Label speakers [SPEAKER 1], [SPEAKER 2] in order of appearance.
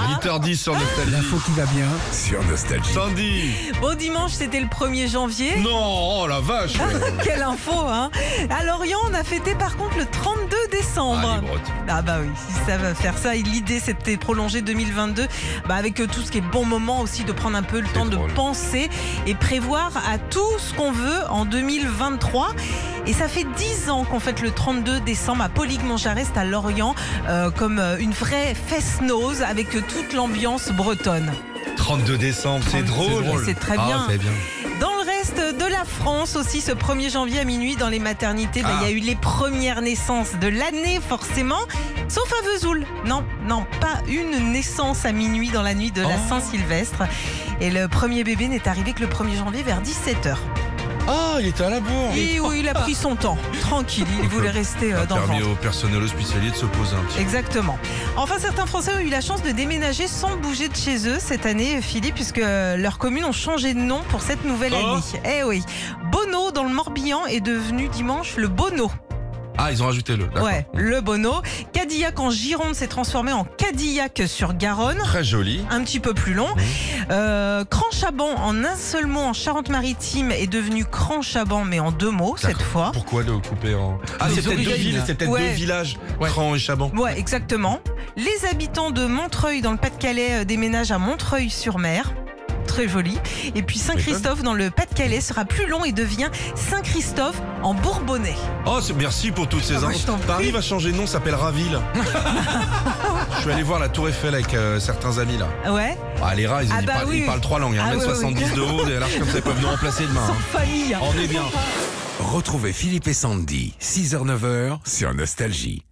[SPEAKER 1] 8h10 sur Nostalgie.
[SPEAKER 2] L'info qui va bien.
[SPEAKER 3] sur Nostalgie.
[SPEAKER 1] Sandy
[SPEAKER 4] Bon dimanche, c'était le 1er janvier.
[SPEAKER 1] Non, oh la vache
[SPEAKER 4] Ah,
[SPEAKER 1] ouais.
[SPEAKER 4] Quelle info, hein À Lorient, on a fêté par contre le 32
[SPEAKER 1] Ah,
[SPEAKER 4] décembre.
[SPEAKER 1] les Brettes.
[SPEAKER 4] Ah bah oui, si ça va faire ça. Et L'idée, c'était prolonger 2022 bah, avec euh, tout ce qui est bon moment aussi, de prendre un peu le temps
[SPEAKER 1] drôle.
[SPEAKER 4] de penser et prévoir à tout ce qu'on veut en 2023. Et ça fait 10 ans qu'on fête le 32 décembre à Poligny-Montjarest à Lorient euh, comme euh, une vraie fest-nose avec euh, toute l'ambiance bretonne.
[SPEAKER 1] 32 décembre, c'est drôle.
[SPEAKER 4] mais c'est très
[SPEAKER 1] Ah,
[SPEAKER 4] bien.
[SPEAKER 1] c'est bien.
[SPEAKER 4] Dans le reste de la France aussi, ce 1er janvier à minuit, dans les maternités, bah, il y a eu les premières naissances de l'année, forcément. Sauf à Vesoul. Non, non, pas une naissance à minuit dans la nuit de la
[SPEAKER 1] Oh.
[SPEAKER 4] Saint-Sylvestre. Et le premier bébé n'est arrivé que le 1er janvier vers 17h.
[SPEAKER 1] Ah, il était à la bourre.
[SPEAKER 4] Et oui, il a pris son temps. Tranquille, il voulait rester euh,
[SPEAKER 1] Ça
[SPEAKER 4] dans le ventre.
[SPEAKER 1] permet au personnel hospitalier de se poser un petit
[SPEAKER 4] Exactement. Enfin, certains Français ont eu la chance de déménager sans bouger de chez eux cette année, Philippe, puisque euh, leurs communes ont changé de nom pour cette nouvelle
[SPEAKER 1] Oh.
[SPEAKER 4] année. Eh oui. Bono, dans le Morbihan, est devenu dimanche le Bono.
[SPEAKER 1] Ah, ils ont rajouté le. d'accord.
[SPEAKER 4] Ouais, le Bono. Cadillac en Gironde s'est transformé en Cadillac sur Garonne.
[SPEAKER 1] Très joli.
[SPEAKER 4] Un petit peu plus long.
[SPEAKER 1] Mhm.
[SPEAKER 4] Euh, Cran-Chaban, en un seul mot, en Charente-Maritime, est devenu Cran-Chaban, mais en deux mots cette
[SPEAKER 1] D'accord.
[SPEAKER 4] fois.
[SPEAKER 1] Pourquoi le couper en. Ah,
[SPEAKER 2] Les
[SPEAKER 1] c'est peut-être deux
[SPEAKER 2] origines.
[SPEAKER 1] villes, c'est peut-être
[SPEAKER 4] Ouais.
[SPEAKER 1] deux villages,
[SPEAKER 2] Ouais.
[SPEAKER 1] Cran et Chaban.
[SPEAKER 4] Ouais, exactement. Les habitants de Montreuil, dans le Pas-de-Calais, euh, déménagent à Montreuil-sur-Mer. Très joli. Et puis Saint-Christophe, dans le Pas-de-Calais, sera plus long et devient Saint-Christophe en Bourbonnais.
[SPEAKER 1] Oh, c'est- merci pour toutes ces
[SPEAKER 4] Ah, bah,
[SPEAKER 1] infos.
[SPEAKER 4] je t'en prie.
[SPEAKER 1] Paris va changer de nom, s'appellera Ville. Je suis allé voir la Tour Eiffel avec euh, certains amis là.
[SPEAKER 4] Ouais,
[SPEAKER 1] Ah, les rats, ils,
[SPEAKER 4] Ah,
[SPEAKER 1] ils
[SPEAKER 4] bah
[SPEAKER 1] parlent,
[SPEAKER 4] oui.
[SPEAKER 1] ils parlent trois langues. Hein,
[SPEAKER 4] Ah,
[SPEAKER 1] même
[SPEAKER 4] oui, oui.
[SPEAKER 1] 70 de haut, des larges comme ça, ils peuvent nous remplacer demain.
[SPEAKER 4] sans
[SPEAKER 1] hein.
[SPEAKER 4] famille.
[SPEAKER 1] On est bien.
[SPEAKER 3] Retrouvez Philippe et Sandy, 6h-9h sur Nostalgie.